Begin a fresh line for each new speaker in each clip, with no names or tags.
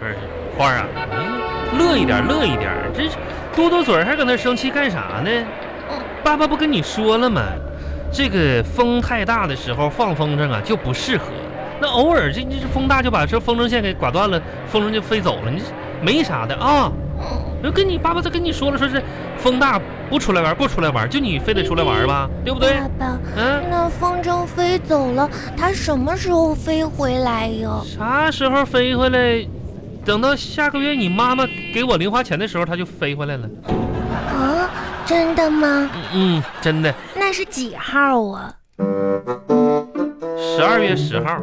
点啊嗯乐一点，这嘟嘟嘴儿还搁那生气干啥呢？爸爸不跟你说了吗？这个风太大的时候放风筝啊就不适合。那偶尔这这风大就把这风筝线给刮断了，风筝就飞走了，你这没啥的啊。就跟你爸爸再跟你说了，说是风大不出来玩，不出来玩，就你非得出来玩吧，对不对？
爸爸，
嗯，
那风筝飞走了，它什么时候飞回来呀？
啥时候飞回来？等到下个月你妈妈给我零花钱的时候，它就飞回来了。
啊，真的吗？
嗯嗯，真的，
那是几号啊？
十二月十号。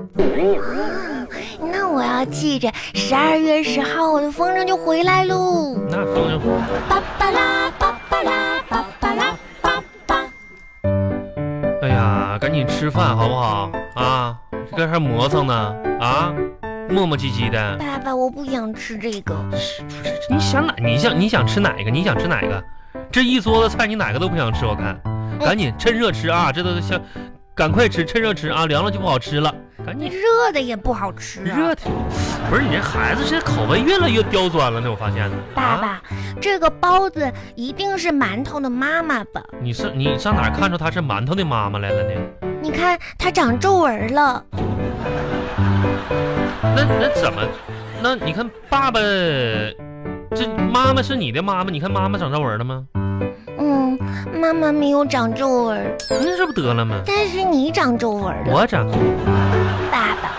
那我要记着，十二月十号我的风筝就回来喽。
那风筝
巴巴拉巴巴拉巴巴拉巴巴。
哎呀，赶紧吃饭好不好啊？这干还磨蹭呢啊？磨磨唧唧的，
爸爸，我不想吃这个。
你想哪？你想你想吃哪个？你想吃哪个？这一桌子菜你哪个都不想吃，我看，赶紧趁热吃啊！这都想，赶快吃，趁热吃啊！凉了就不好吃了，赶紧
热的也不好吃、啊。
热的。不是你这孩子现在口味越来越刁钻了呢，我发现呢。
爸
啊，
爸，这个包子一定是馒头的妈妈吧？
你是你上哪儿看出她是馒头的妈妈来了呢？
你看它长皱纹了。
那那怎么？那你看爸爸，这妈妈是你的妈妈，你看妈妈长皱纹了吗？
嗯，妈妈没有长皱纹，
那这不得了吗？
但是你长皱纹了，
我嗯长，
爸爸。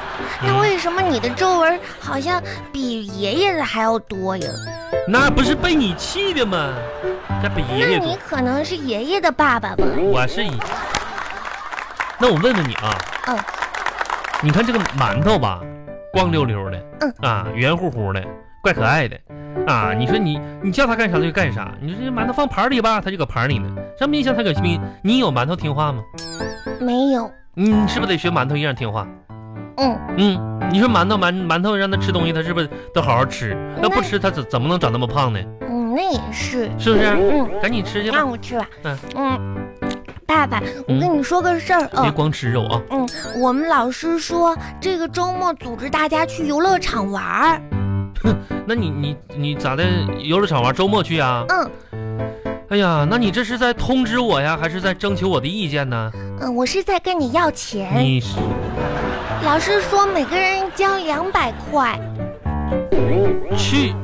那为什么你的皱纹好像比爷爷的还要多呀？
那不是被你气的吗？那比
那
爷爷
你
多，
可能是爷爷的爸爸吧？
我是一。那我问问你啊，
嗯，
你看这个馒头吧，光溜溜的，
嗯
啊，圆乎乎的，怪可爱的，啊，你说你你叫它干啥它就干啥，你说这馒头放盘里吧，它就搁盘里呢，上冰箱它搁冰，你有馒头听话吗？
没有。
嗯，是不是得学馒头一样听话？
嗯，
嗯，你说馒头馒馒头让它吃东西，它是不是都好好吃？要不
嗯那
吃它怎怎么能长那么胖呢？
嗯，那也是。
是不是？
嗯，
赶紧吃去吧
让，我吃吧。
嗯
嗯，爸爸，我跟你说个事儿啊。
别光吃肉啊！
嗯，我们老师说这个周末组织大家去游乐场玩儿。
那你你你咋的？游乐场玩周末去啊？
嗯
哎呀，那你这是在通知我呀，还是在征求我的意见呢？
嗯，我是在跟你要钱。
你是
老师说每个人交两百块。
去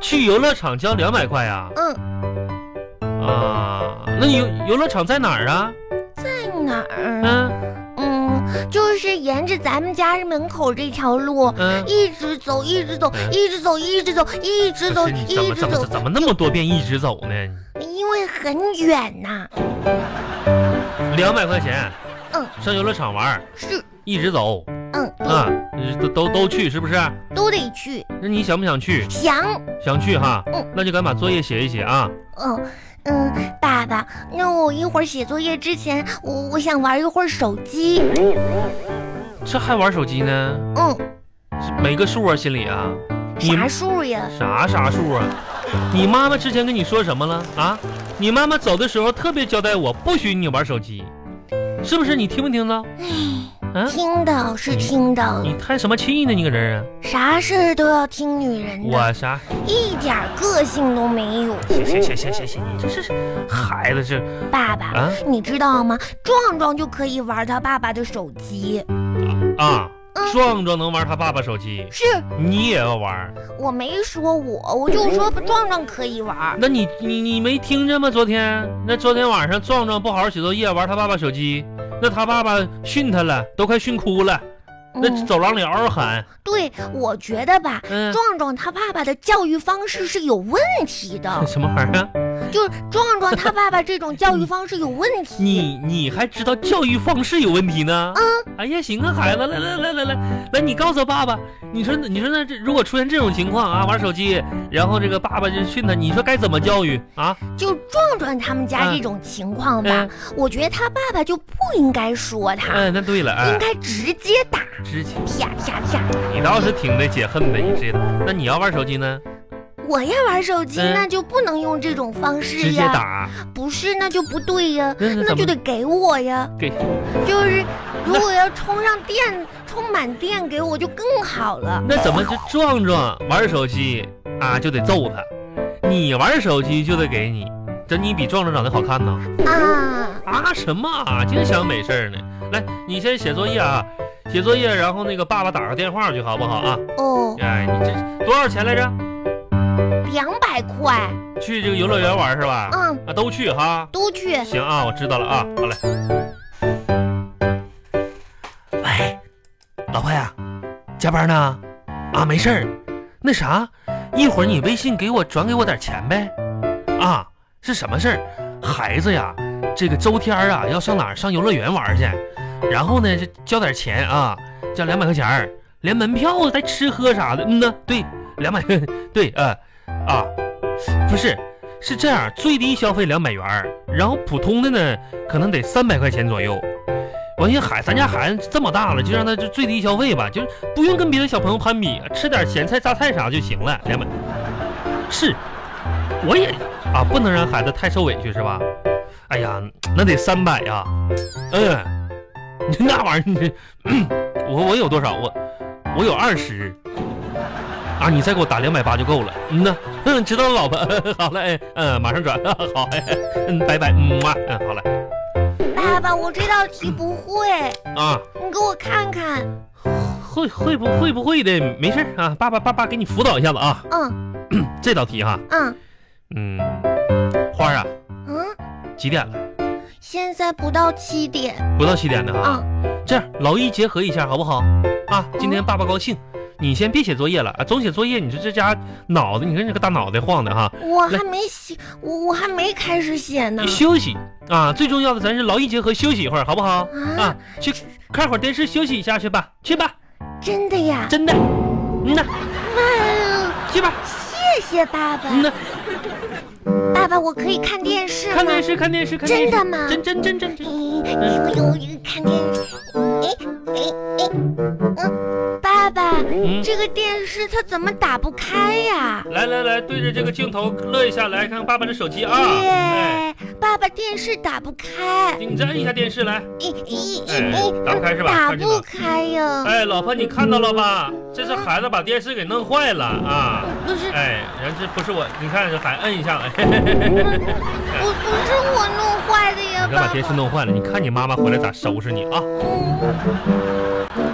去游乐场交两百块呀？
嗯，
啊，那游游乐场在哪儿啊？
在哪儿？啊
嗯
嗯，就是沿着咱们家门口这条路
嗯，
一直走，一直走，一直走，一直走，一直
不
走，
嗯是你怎
一
么
直
怎么
走，
怎么那么多遍一直走呢？
因为很远呐。
两百块钱，
嗯，
上游乐场玩儿
是，
一直走。
嗯，
啊，都都都去是不是？
都得去。
那你想不想去？
想，
想去哈
嗯，
那就赶紧把作业写一写啊。
嗯嗯，爸爸，那我一会儿写作业之前，我我想玩一会儿手机。
这还玩手机呢？
嗯，
是没个数啊，心里啊。你
啥数呀？
啥啥数啊？你妈妈之前跟你说什么了啊？你妈妈走的时候特别交代我，不许你玩手机，是不是？你听没听到？嗯、
听到是听到，
你叹什么气呢？你搁这儿啊？
啥事儿都要听女人的，
我啥？
一点儿个性都没有。
行行行行行行，你这是孩子是
爸爸，
啊
你知道吗？壮壮就可以玩他爸爸的手机。
啊？
嗯
壮壮能玩他爸爸手机，
是
你也要玩？
我没说我，我就说壮壮可以玩。
那你你你没听着吗？昨天那昨天晚上壮壮不好好写作业，玩他爸爸手机，那他爸爸训他了，都快训哭了。那
嗯，
走廊里嗷嗷喊，
对，我觉得吧，
嗯，。
壮壮他爸爸的教育方式是有问题的
什么玩意儿啊？
就是壮壮他爸爸这种教育方式有问题。
你你还知道教育方式有问题呢？嗯，哎呀，行啊，孩子，来来来来来来，你告诉爸爸，你说你说那这如果出现这种情况啊，玩手机，然后这个爸爸就训他，你说该怎么教育啊？
就壮壮他们家
嗯
这种情况吧，
嗯
我觉得他爸爸就不应该说他，
嗯，那对了，
应
哎，
该直接打，
之前
啪啪啪。
你倒是挺得解恨的，你这，那你要玩手机呢，
我要玩手机，
嗯
那就不能用这种方式
直接
呀，
打，
不是那就不对呀，
那那
那
怎
就
么
得给我呀。
给？
就是如果要充上电，充满电给我就更好了。
那怎么这壮壮玩手机啊就得揍他？你玩手机就得给你，真你比壮壮长得好看呐！
啊，
啊什么啊，净想美事儿呢！来，你先写作业啊，写作业，然后那个爸爸打个电话去好不好啊？
哦，
哎，你这多少钱来着？
两百块，
去这个游乐园玩是吧？
嗯，
啊，都去哈。
都去。
行啊，我知道了啊，好嘞。喂，哎老婆呀，加班呢？啊，没事儿。那啥，一会儿你微信给我转给我点钱呗。啊，是什么事儿？孩子呀，这个周天儿啊要上哪儿上游乐园玩去，然后呢就交点钱啊，交两百块钱儿，连门票带吃喝啥的。嗯呐，对，两百， 对，呃，啊，不是，是这样，最低消费两百元儿，然后普通的呢，可能得三百块钱左右。我寻思孩，咱家孩子这么大了，就让他就最低消费吧，就是不用跟别的小朋友攀比，吃点咸菜、榨菜啥就行了。两百，是，我也啊，不能让孩子太受委屈是吧？哎呀，那得三百呀，嗯，你那玩意儿，你这嗯我我有多少？我我有二十。啊，你再给我打两百八就够了。嗯呐，嗯，知道了，老婆。 好了，哎，嗯，马上转。 好，哎，嗯，拜拜，嗯嘛，嗯，好了。
爸爸，我这道题不会，
啊，
你给我看看。
会会不会不会的，没事儿啊。爸爸爸爸给你辅导一下子啊。
嗯
这道题哈，
嗯
嗯，花儿啊，
嗯，
几点了？
现在不到七点。
不到七点呢啊。
嗯，
这样劳逸结合一下好不好？啊，今天爸爸高兴，你先别写作业了啊，总写作业，你说这家脑子，你看这个大脑袋晃的哈。
我
来
还没写，我我还没开始写呢。
休息啊，最重要的咱是劳逸结合，休息一会儿好不好？啊
啊，，
去看会儿电视休息一下去吧，去吧，
真的呀？
真的，嗯呐，
哇，
去吧，
谢谢爸爸。
嗯呐，
爸爸，我可以看电视吗？
看电视，看电视，看电视，
真的吗
真真真真真，
哎呦呦，看电视。哎哎哎，嗯，爸爸，
嗯，
这个电视它怎么打不开呀？
来来来，对着这个镜头乐一下，来看看爸爸的手机啊，哎，
耶，爸爸，电视打不开。
你再按一下电视来，
咦咦
哎
咦！
打不开是吧
打
看见了
不开呀！
哎，老婆你看到了吧？这是孩子把电视给弄坏了啊，
不是，
哎，然后这不是我，你看这还摁一下， 哎，
不不是我弄坏的呀，
你要
爸爸
把。电视弄坏了，你看你妈妈回来咋收拾你啊？
嗯